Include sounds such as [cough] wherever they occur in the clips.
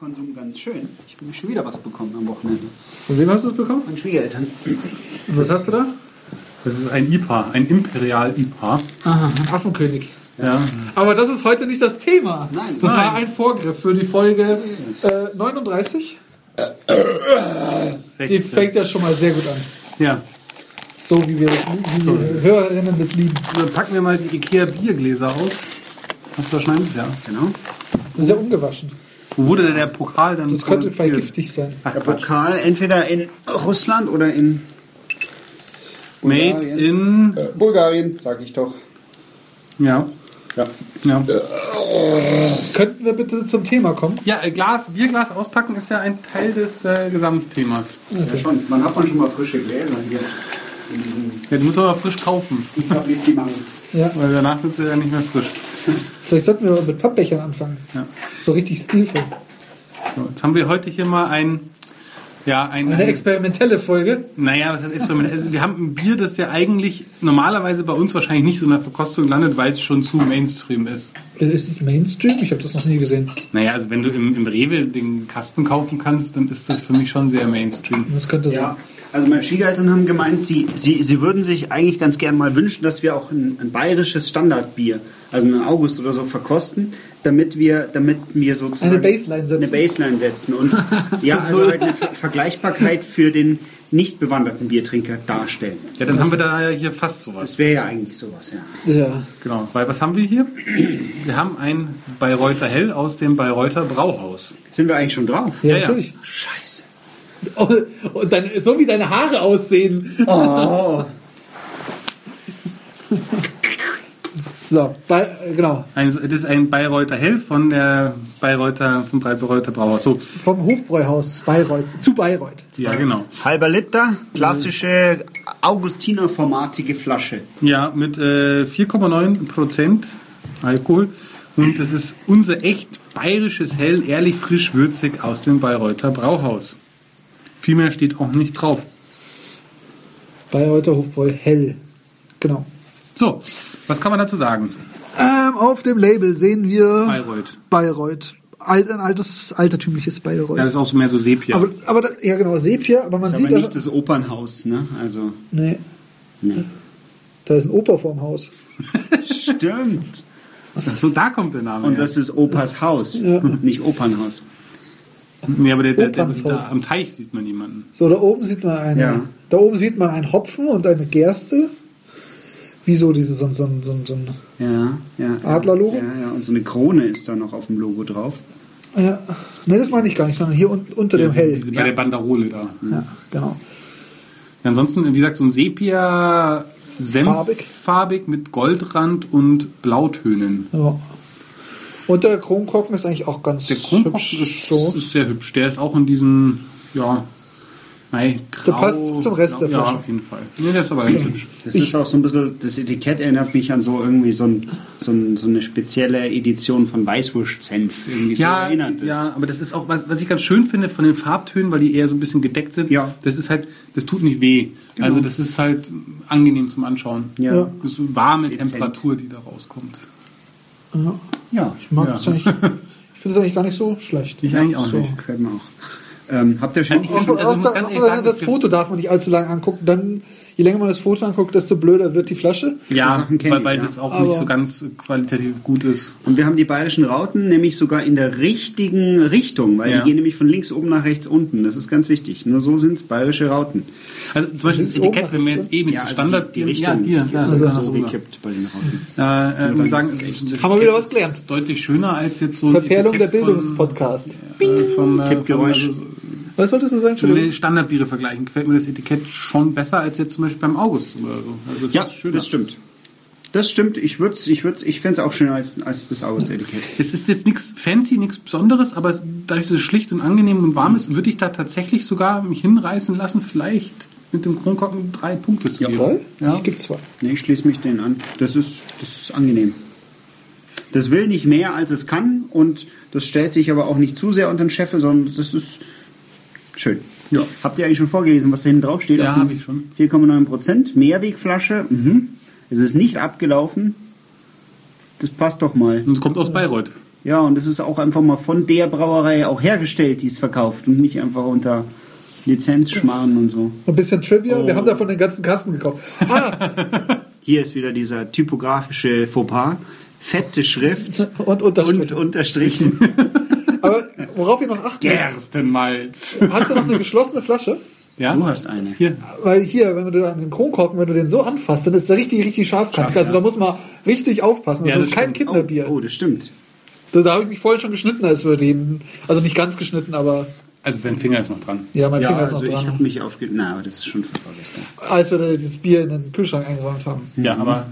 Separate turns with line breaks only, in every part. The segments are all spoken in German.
langsam ganz schön. Ich habe schon wieder was bekommen am Wochenende.
Von wem hast du es bekommen?
Meine Schwiegereltern.
Und was hast du da? Das ist ein IPA, ein Imperial IPA.
Aha, Affenkönig.
Ja.
Aber das ist heute nicht das Thema.
Nein.
das
Nein.
war ein Vorgriff für die Folge äh, 39. Die
Sekte.
fängt ja schon mal sehr gut an.
Ja.
So wie wir wie die Hörerinnen das lieben.
Dann packen wir mal die Ikea Biergläser aus. Hast du wahrscheinlich ja, genau.
Sehr ungewaschen.
Wo wurde denn der Pokal dann?
Das könnte
produziert?
vergiftig sein.
Ach,
Der
Quatsch.
Pokal entweder in Russland oder in
Made in.
Äh, Bulgarien, sag ich doch.
Ja.
Ja.
Ja.
Könnten wir bitte zum Thema kommen?
Ja, äh, Glas, Bierglas auspacken ist ja ein Teil des äh, Gesamtthemas.
ja, schon. Wann hat man schon mal frische Gläser hier in diesem
Ja, die muss aber frisch kaufen,
Etablissement?
Ja.
weil danach wird sie ja nicht mehr frisch.
Vielleicht sollten wir mal mit Pappbechern anfangen.
Ja.
So richtig stilvoll.
So, jetzt haben wir heute hier mal ein. Ja, ein.
Eine experimentelle Folge.
Naja, was heißt Experiment? Also, wir haben ein Bier, das ja eigentlich normalerweise bei uns wahrscheinlich nicht so in der Verkostung landet, weil es schon zu Mainstream ist.
Ist es Mainstream? Ich habe das noch nie gesehen.
Naja, also wenn du im, im Rewe den Kasten kaufen kannst, dann ist das für mich schon sehr Mainstream.
Das könnte sein.
Ja. Also meine Schwiegereltern haben gemeint, sie, sie, sie würden sich eigentlich ganz gern mal wünschen, dass wir auch ein, ein bayerisches Standardbier, also einen August oder so, verkosten, damit wir, damit wir sozusagen
Eine Baseline setzen.
Eine Baseline setzen
[laughs]
und ja, also halt eine Ver- Vergleichbarkeit für den nicht bewanderten Biertrinker darstellen.
Ja, dann haben wir da ja hier fast sowas.
Das wäre ja eigentlich sowas, ja.
Ja.
Genau, weil was haben wir hier? Wir haben ein Bayreuther Hell aus dem Bayreuther Brauhaus.
Sind wir eigentlich schon drauf?
Ja,
Ja, ja.
natürlich.
Scheiße.
Oh, und dann, so wie deine Haare aussehen.
Oh.
[laughs] So, bei, äh, genau.
Also, das ist ein Bayreuther Hell von der Bayreuther, vom Bayreuther Brauhaus. So,
Vom Hofbräuhaus Bayreuth zu Bayreuth.
ja, genau.
Halber Liter, klassische Augustinerformatige Flasche.
Ja, mit äh, 4,9 Prozent Alkohol. Und es ist unser echt bayerisches Hell, ehrlich frisch würzig aus dem Bayreuther Brauhaus. Viel mehr steht auch nicht drauf.
Bayreuther Hofbräu hell. Genau.
So, was kann man dazu sagen?
Ähm, auf dem Label sehen wir
Bayreuth.
Bayreuth. Alt, ein altes, altertümliches Bayreuth.
Ja, das ist auch so mehr so Sepia.
aber, aber das, ja genau, Sepia, aber man
Das ist
sieht
aber
da,
nicht das Opernhaus, ne? Also,
nee,
nee.
da ist ein Oper vorm Haus.
Stimmt.
so, da kommt der
[laughs]
Name.
Und
her.
das ist Opas Haus, [laughs] nicht Opernhaus.
nee, aber der, der, der,
Opernhaus.
da, am Teich sieht man niemanden.
So, da oben sieht man einen,
Ja.
da oben sieht man einen Hopfen und eine Gerste. Wie so diese, so, ein- so, ein- so, ein- so ein,
Ja, ja.
Adlerlogo?
Ja, ja. Und so eine Krone ist da noch auf dem Logo drauf.
ja, ne, das meine ich gar nicht, sondern hier un, unter dem
das ist
Hell.
diese,
Ja.
Bei der Banderole da.
ja, genau.
Ja, ansonsten, wie gesagt, so ein Sepia
Farbig.
senffarbig mit Goldrand und Blautönen.
Ja. Und der Kronkorken ist eigentlich auch ganz
Der Kronkorken
hübsch
ist,
so.
ist sehr hübsch. Der ist auch in diesem, ja, nein, grau.
Der passt zum Rest der
ja,
Flasche.
Ja, auf jeden Fall. Nee, der ist aber ganz hübsch.
Das ist auch so ein bisschen, das Etikett erinnert mich an so irgendwie so, ein, so, ein, so eine spezielle Edition von Weißwurst-Senf. Irgendwie so
Ja,
erinnert es.
ja, aber das ist auch, was, was ich ganz schön finde von den Farbtönen, weil die eher so ein bisschen gedeckt sind.
Ja.
Das ist halt, das tut nicht weh.
Genau.
Also das ist halt angenehm zum Anschauen.
Ja.
Das ist eine warme
Dezent.
Temperatur, die da rauskommt.
Ja,
ja.
ich mag
Ja.
das eigentlich. Ich finde es eigentlich gar nicht so schlecht.
Ich eigentlich auch
so.
nicht.
Gefällt mir auch. Ähm, habt ihr schon.
Also ich find's-
Also,
Also ich muss ganz ehrlich sagen,
das
es gibt-
Foto darf man nicht allzu lange angucken. Dann, je länger man das Foto anguckt, desto blöder wird die Flasche.
So
Ja,
Sachen kenn
weil,
ich,
weil
ja.
das auch
Aber-
nicht so ganz qualitativ gut ist.
Und wir haben die bayerischen Rauten nämlich sogar in der richtigen Richtung, weil
Ja.
die gehen nämlich von links oben nach rechts unten. Das ist ganz wichtig. Nur so sind es bayerische Rauten.
Also zum Beispiel das
Links oben
Etikett,
nach
wenn wir
rechts, ne?
jetzt eh mit
Ja,
so
also
Standard...
die, die Richtung
ja, hier, da,
ist
da,
so
rüber.
gekippt bei den Rauten.
Äh, äh, ich muss sagen, es ist- das
Haben wir wieder was
ist
gelernt.
Deutlich schöner als jetzt so ein
Verperlung der
Etikett von-
Bildungspodcast.
Äh, von, äh,
Tippgeräusch.
Von, also,
Was wolltest du sagen,
wenn wir
Entschuldigung?
die Standardbiere vergleichen, gefällt mir das Etikett schon besser als jetzt zum Beispiel beim August oder so. Also es
Ja,
ist schöner.
das stimmt. Das stimmt. Ich würde ich würd's, ich fände es auch schöner als, als das August-Etikett.
Es ist jetzt nichts fancy, nichts Besonderes, aber es, dadurch, dass es schlicht und angenehm und warm ist, würde ich da tatsächlich sogar mich hinreißen lassen, vielleicht mit dem Kronkorken drei Punkte zu geben.
Toll?
Ja.
Ich gebe zwei.
Nee, ich schließe mich denen an. Das ist, das ist angenehm. Das will nicht mehr, als es kann. Und das stellt sich aber auch nicht zu sehr unter den Scheffel, sondern das ist schön.
Ja.
Habt ihr eigentlich schon vorgelesen, was da hinten drauf steht?
Ja,
Auf dem
hab ich schon.
4,9 Prozent. Mehrwegflasche. Mhm. Es ist nicht abgelaufen. Das passt doch mal.
Und es kommt aus Bayreuth.
Ja, und es ist auch einfach mal von der Brauerei auch hergestellt, die es verkauft und nicht einfach unter Lizenzschmarren und so.
Ein bisschen Trivia,
Oh.
wir haben davon den ganzen Kasten gekauft. Ah,
Hier ist wieder dieser typografische Fauxpas. Fette Schrift und
und Unterstrich.
unterstrichen.
Aber worauf ihr noch achten müsst,
Gerstenmalz.
hast du noch eine geschlossene Flasche?
Ja?
Du hast eine.
Hier.
Weil hier, wenn du an den Kronkorken, wenn du den so anfasst, dann ist der richtig, richtig scharfkantig. also da muss man richtig aufpassen. Das
Ja, das
ist kein
stimmt.
Oh,
Kinderbier.
oh, das stimmt.
Da, da habe ich mich vorhin schon geschnitten, als wir reden. Also nicht ganz geschnitten, aber
Also sein Finger ist noch dran.
ja, mein
Ja,
Finger ist
also
noch
ich
dran.
habe mich aufge... Na, aber das ist schon von vorgestern.
Als wir das Bier in den Kühlschrank eingeräumt haben.
Ja, aber.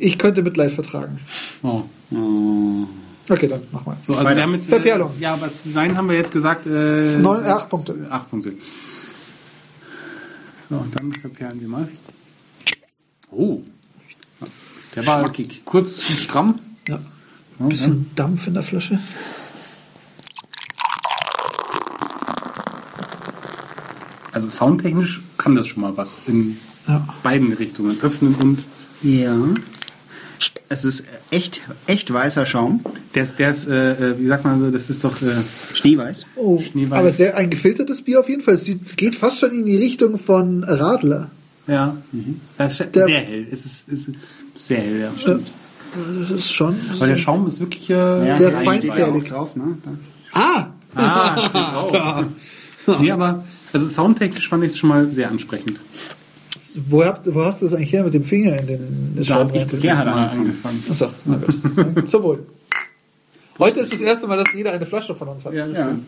Ich könnte Mitleid vertragen.
Oh.
Oh.
Okay, dann mach mal.
So, also wir haben jetzt.
Verperlung.
ja, aber das Design haben wir jetzt gesagt. Äh,
Neun-
sechs-
acht Punkte.
Acht Punkte. So, und dann verperlen wir mal. Oh. Der war
Schmackig.
kurz und stramm.
Ja. Ein bisschen Dampf in der Flasche.
Also soundtechnisch kann das schon mal was in
Ja.
beiden Richtungen. Öffnen und
Ja. Es ist echt, echt weißer Schaum.
der ist, der ist äh, äh, wie sagt man so, das ist doch äh,
Schneeweiß.
Oh,
Schneeweiß.
aber sehr ein gefiltertes Bier auf jeden Fall. Es sieht- geht fast schon in die Richtung von Radler.
ja, das ist
Mhm. Der-
sehr hell. Es ist, ist sehr hell, ja.
Das ist schon.
Aber der Schaum ist wirklich äh,
Sehr
da
fein
steht ja auch
perlig.
drauf, ne? Da.
Ah!
Ah, [laughs] genau. nee, aber also soundtechnisch fand ich es schon mal sehr ansprechend.
Wo, habt, wo hast du das eigentlich her mit dem Finger in den
Da habe ich das
Der
letzte
hat
Mal
angefangen.
angefangen.
Achso, na
[laughs]
gut. Zum Wohl. Heute ist das erste Mal, dass jeder eine Flasche von uns hat.
Ja, das
Ja.
stimmt.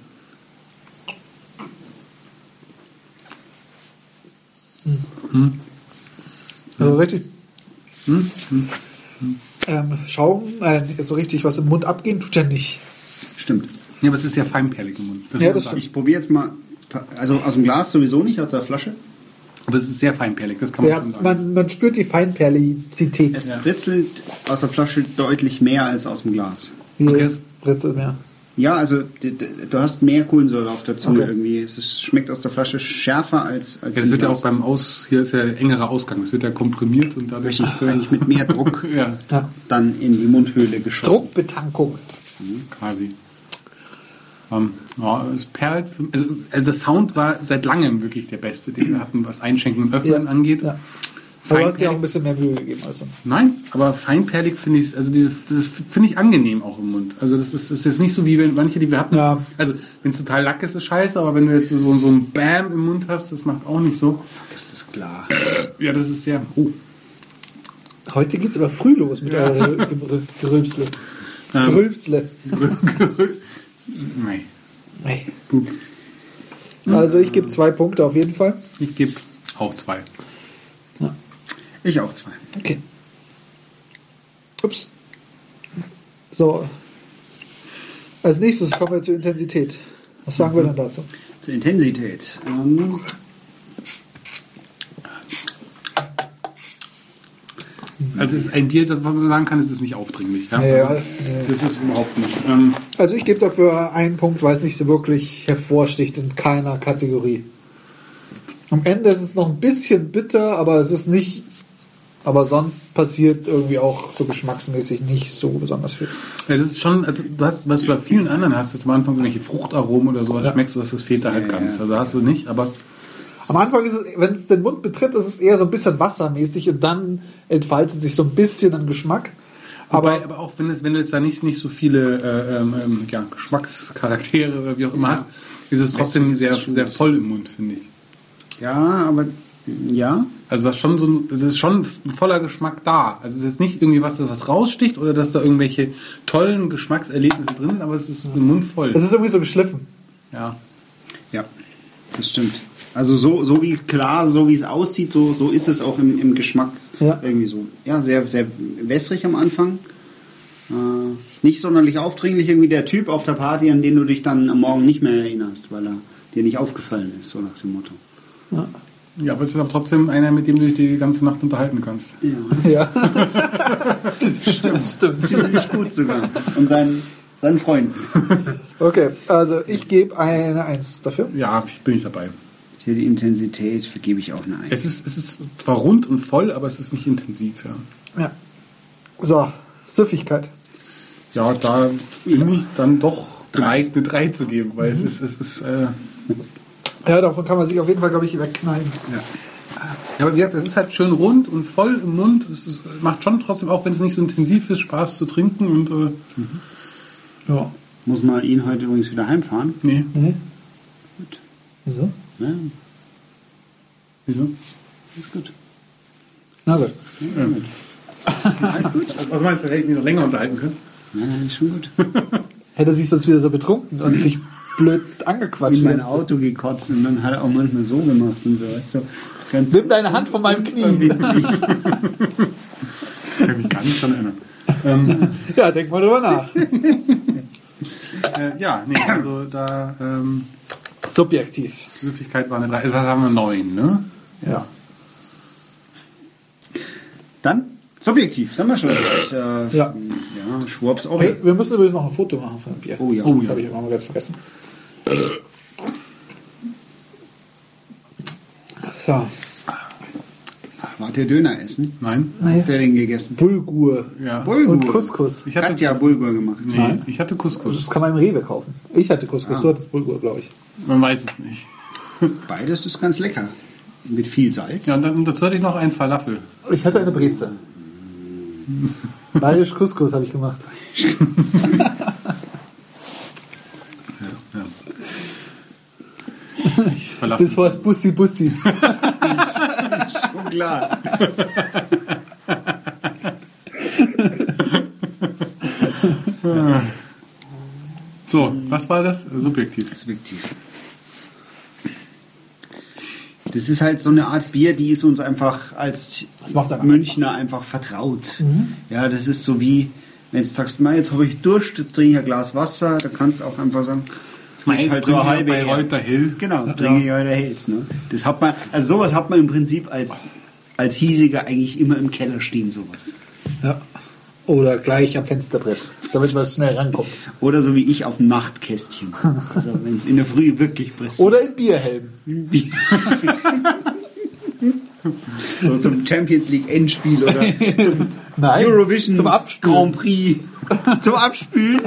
Also richtig.
Hm?
Ähm, Schaum, äh, so richtig was im Mund abgehen, tut ja nicht.
Stimmt.
Ja, aber es ist ja feinperlig im Mund.
Ja,
muss
das
man sagen.
Ich probiere jetzt mal. Also aus dem Glas sowieso nicht, aus der Flasche.
Aber es ist sehr feinperlig, das kann man
Ja,
schon sagen.
man, man spürt die Feinperlizität.
Es pritzelt aus der Flasche deutlich mehr als aus dem Glas.
Die
Okay.
Spritze mehr.
Ja, also d- d- du hast mehr Kohlensäure auf der Zunge
Okay.
irgendwie. Es ist, schmeckt aus der Flasche schärfer als als
ja, das
im
wird ja
Glas.
auch beim Aus, hier ist ja engerer Ausgang, das wird ja komprimiert und dadurch ist äh,
eigentlich mit mehr Druck
[laughs] ja,
Ja.
dann in die Mundhöhle geschossen.
Druckbetankung.
quasi. Ähm, ja, es perlt. für- Also, also der Sound war seit langem wirklich der beste, den wir hatten, was Einschenken und Öffnen
Ja,
angeht.
ja. Aber du hast ja auch ein
Feinperlig,
bisschen mehr Mühe gegeben Also, als sonst.
nein, aber feinperlig finde ich, also diese, das finde ich angenehm auch im Mund. Also das ist, das ist jetzt nicht so wie wenn manche, die wir hatten.
Ja.
Also wenn es total lack ist, ist scheiße, aber wenn du jetzt so, so so ein Bam im Mund hast, das macht auch nicht so.
Das ist klar.
Ja, das ist sehr. Oh. [laughs]
Heute geht's aber früh los mit eurer Gerü- Gerülpsle.
Ähm.
Gerülpsle.
Nein.
Nee.
Gut.
Also ich gebe zwei Punkte auf jeden Fall.
Ich gebe auch zwei.
Ich auch zwei.
Okay. Ups. So. Als nächstes kommen wir zur Intensität. Was sagen
Mhm.
wir dann dazu?
Zur Intensität. Ähm,
Also es ist ein Bier, das man sagen kann, es ist nicht aufdringlich. Ja?
Ja, ja.
also, Das ist überhaupt nicht. Ähm,
Also ich gebe dafür einen Punkt, weil es nicht so wirklich hervorsticht in keiner Kategorie. Am Ende ist es noch ein bisschen bitter, aber es ist nicht. Aber sonst passiert irgendwie auch so geschmacksmäßig nicht so besonders viel.
ja, das ist schon, also du hast, was du bei vielen anderen hast, dass du am Anfang irgendwelche Fruchtaromen oder sowas
Ja.
schmeckst, du hast, das fehlt da halt
Ja, ja,
ganz.
ja.
Also hast du nicht, aber
Am Anfang ist es, wenn es den Mund betritt, ist es eher so ein bisschen wassermäßig und dann entfaltet sich so ein bisschen ein Geschmack.
aber,
Aber
wobei, aber auch wenn es, wenn du jetzt da nicht, nicht so viele äh, ähm, ähm, ja, Geschmackscharaktere oder wie auch immer hast, ist es trotzdem sehr, sehr voll im Mund, finde ich.
ja, aber ja.
Also das ist schon so ein, es ist schon ein voller Geschmack da. Also es ist jetzt nicht irgendwie was, das was raussticht oder dass da irgendwelche tollen Geschmackserlebnisse drin sind, aber es ist im Mund voll.
es ist irgendwie so geschliffen. [laughs]
Ja.
Ja, das stimmt. Also so, so wie klar, so wie es aussieht, so, so ist es auch im, im Geschmack
Ja.
irgendwie so. Ja, sehr, sehr wässrig am Anfang. Äh, nicht sonderlich aufdringlich irgendwie der Typ auf der Party, an den du dich dann am Morgen nicht mehr erinnerst, weil er dir nicht aufgefallen ist, so nach dem Motto.
Ja, aber es ist aber trotzdem einer, mit dem du dich die ganze Nacht unterhalten kannst.
Ja,
Ja.
ziemlich gut sogar. Und seinen, seinen Freunden.
Okay, also ich gebe eine Eins dafür.
Ja, ich- bin ich dabei.
Hier die Intensität vergebe ich auch eine Eins.
Es ist, es ist zwar rund und voll, aber es ist nicht intensiv. Ja.
Ja. So, Süffigkeit.
Ja, da bin ich dann doch drei, eine 3 zu geben, weil es ist, es ist äh,
Ja, davon kann man sich auf jeden Fall, glaube ich, wegknallen.
Ja. Ja, aber wie gesagt, es ist halt schön rund und voll im Mund. Es ist, macht schon trotzdem, auch wenn es nicht so intensiv ist, Spaß zu trinken. Und äh,
Ja.
Muss man ihn heute übrigens wieder heimfahren. ne?
nee,
Gut.
Wieso?
Ja,
wieso?
ist gut.
Na gut.
Alles gut?
Also meinst du, hätte ich mich noch länger unterhalten können?
Nein, nein, ist schon gut.
Hätte sich sonst wieder so betrunken und dich blöd angequatscht.
in mein Auto gekotzt und dann hat er auch manchmal so gemacht und so, weißt du. Ganz
Nimm deine Hand von meinem Knie.
unwillkürlich.
Ich kann mich gar nicht dran erinnern. ähm,
Ja, denk mal drüber nach.
äh, ja, nee, also da ähm,
Subjektiv.
die Süffigkeit war eine 3. Das haben wir 9, ne?
Ja.
Dann subjektiv, sagen wir schon. Und, äh, ja.
Ja.
Schwabs auch.
Hey, wir müssen übrigens noch ein Foto machen von dem Bier.
Oh ja.
Oh
Das
ja.
habe ich auch mal ganz vergessen. So.
Wart ihr Döner essen?
Nein?
Nee.
Habt ihr den gegessen?
Bulgur.
Ja.
Bulgur.
Und Couscous.
Ich hatte ja Bulgur gemacht.
Nee, ich hatte Couscous.
Das kann man im Rewe kaufen. Ich hatte Couscous, du hattest Bulgur, glaube ich.
Man weiß es nicht.
Beides ist ganz lecker. Mit viel Salz.
Ja, und dann, dazu hatte ich noch einen Falafel.
Ich hatte eine Breze. Bayerisch Couscous habe ich gemacht.
Ja. Ich
Das
Falafel.
war's Bussi Bussi.
Schon klar.
So, was war das? Subjektiv.
Subjektiv. Das ist halt so eine Art Bier, die ist uns einfach als
Das macht's einfach Mhm.
Münchner einfach vertraut. Ja, das ist so wie, wenn du sagst, "Mei, jetzt habe ich Durst, jetzt trinke ich ein Glas Wasser, da kannst du auch einfach sagen, jetzt geht's halt so eine halbe
bei
her.
Reuter Hill.
Genau, trinke ich heute Hales. Ne? Das hat man, also sowas hat man im Prinzip als, als Hiesiger eigentlich immer im Keller stehen, sowas.
Ja. Oder gleich am Fensterbrett, damit man schnell rankommt.
[laughs] Oder so wie ich auf dem
[laughs]
Nachtkästchen. Also wenn es in der Früh wirklich presst.
Oder in Bierhelm.
So zum Champions League Endspiel oder zum
Nein,
Eurovision
zum Abspülen.
Grand Prix. zum Abspülen.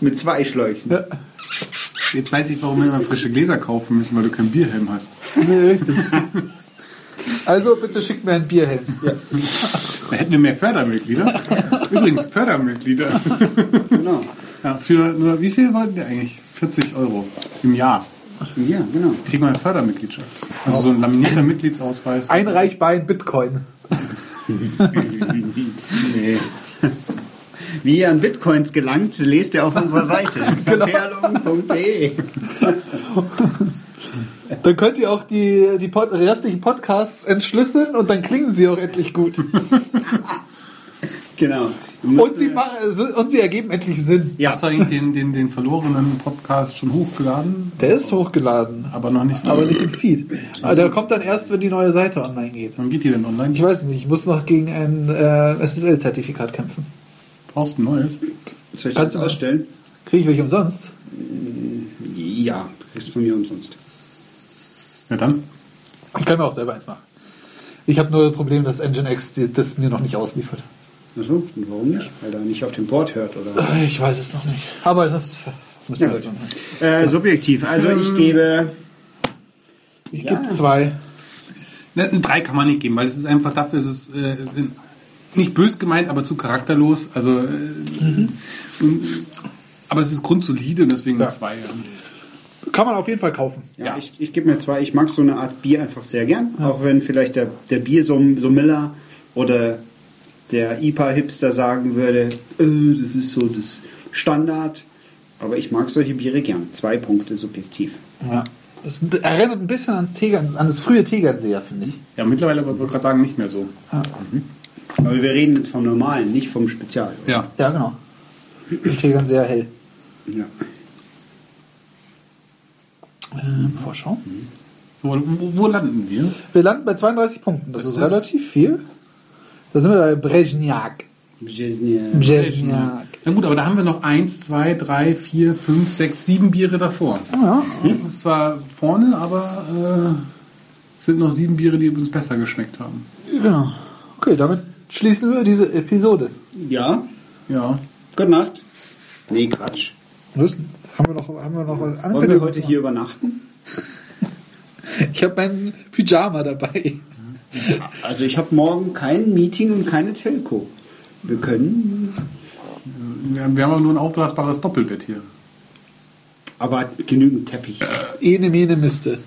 Mit zwei Schläuchen.
Ja.
Jetzt weiß ich, warum wir immer frische Gläser kaufen müssen, weil du keinen Bierhelm hast.
Nee, richtig. Also bitte schickt mir einen Bierhelm.
Da hätten wir mehr Fördermitglieder. Übrigens, Fördermitglieder.
Genau.
Ja, für nur, wie viel wollten wir eigentlich? 40 Euro im Jahr.
Ja, genau.
Kriegen wir eine Fördermitgliedschaft. Also so ein laminierter Mitgliedsausweis.
Ein Reichbein Bitcoin.
Nee. Wie ihr an Bitcoins gelangt, lest ihr auf unserer
[laughs]
Seite.
Genau.
Verperlung.de
Dann könnt ihr auch die, die Pod restlichen Podcasts entschlüsseln und dann klingen sie auch endlich gut.
Genau.
Und sie, machen, und sie ergeben endlich Sinn.
Ja.
Hast du eigentlich den, den, den verlorenen Podcast schon hochgeladen?
Der ist hochgeladen,
Aber noch nicht.
aber nicht im Feed. Also, der kommt dann erst, wenn die neue Seite online geht.
Wann geht die denn
Ich
online?
weiß nicht, ich muss noch gegen ein äh, SSL-Zertifikat kämpfen.
Brauchst ein neues?
Soll ich
Kannst
das
du-
ausstellen?
Kriege ich welche umsonst?
Ja, ist von mir umsonst.
Ja, dann.
Ich kann mir auch selber eins machen. Ich habe nur das Problem, dass Nginx die- das mir noch nicht ausliefert.
Achso, und warum nicht? Weil er nicht auf den Port hört oder.
Ich weiß es noch nicht. Aber das muss
Ja,
man
gut.
so machen.
Äh, subjektiv, also ich gebe.
Ich
Ja.
gebe zwei.
Ne, Ein 3 kann man nicht geben, weil es ist einfach dafür, es ist äh, nicht bös gemeint, aber zu charakterlos. Also, äh, und- aber es ist grundsolide und deswegen
Ja.
ein 2. Ja.
Kann man auf jeden Fall kaufen.
Ja,
Ja.
ich, ich gebe mir zwei. Ich mag so eine Art Bier einfach sehr gern. Auch wenn vielleicht der, der Bier so, so Miller oder der IPA-Hipster sagen würde, äh, das ist so das Standard. Aber ich mag solche Biere gern. Zwei Punkte subjektiv.
Ja. Es erinnert ein bisschen ans Tegern, an das frühe Tegernseher, finde ich.
ja, mittlerweile aber wollte ich gerade sagen, nicht mehr so.
Aber wir reden jetzt vom Normalen, nicht vom Spezial.
Ja.
Ja, genau. Im Tegernseher hell.
Ja.
Ähm, Vorschau.
So, wo, wo landen wir?
Wir landen bei 32 Punkten. Das,
Das
ist,
ist-
relativ viel. Da sind wir bei Brezhniak.
Brzezinski.
Brezhniak.
Na gut, aber da haben wir noch 1, 2, 3, 4, 5, 6, 7 Biere davor.
Ja.
Das ist zwar vorne, aber äh, es sind noch sieben Biere, die uns besser geschmeckt haben.
Genau. Okay, damit schließen wir diese Episode.
Ja,
Ja.
gute Nacht. Nee, Quatsch.
Müssen. Haben wir noch, haben wir noch was
Wollen wir
Ankündigung
heute
zu
hier übernachten?
machen? Ich habe meinen Pyjama dabei.
Also ich habe morgen kein Meeting und keine Telco. Wir können,
Wir haben wir haben aber nur ein aufblasbares Doppelbett hier.
aber genügend Teppich.
Ene, mene, miste.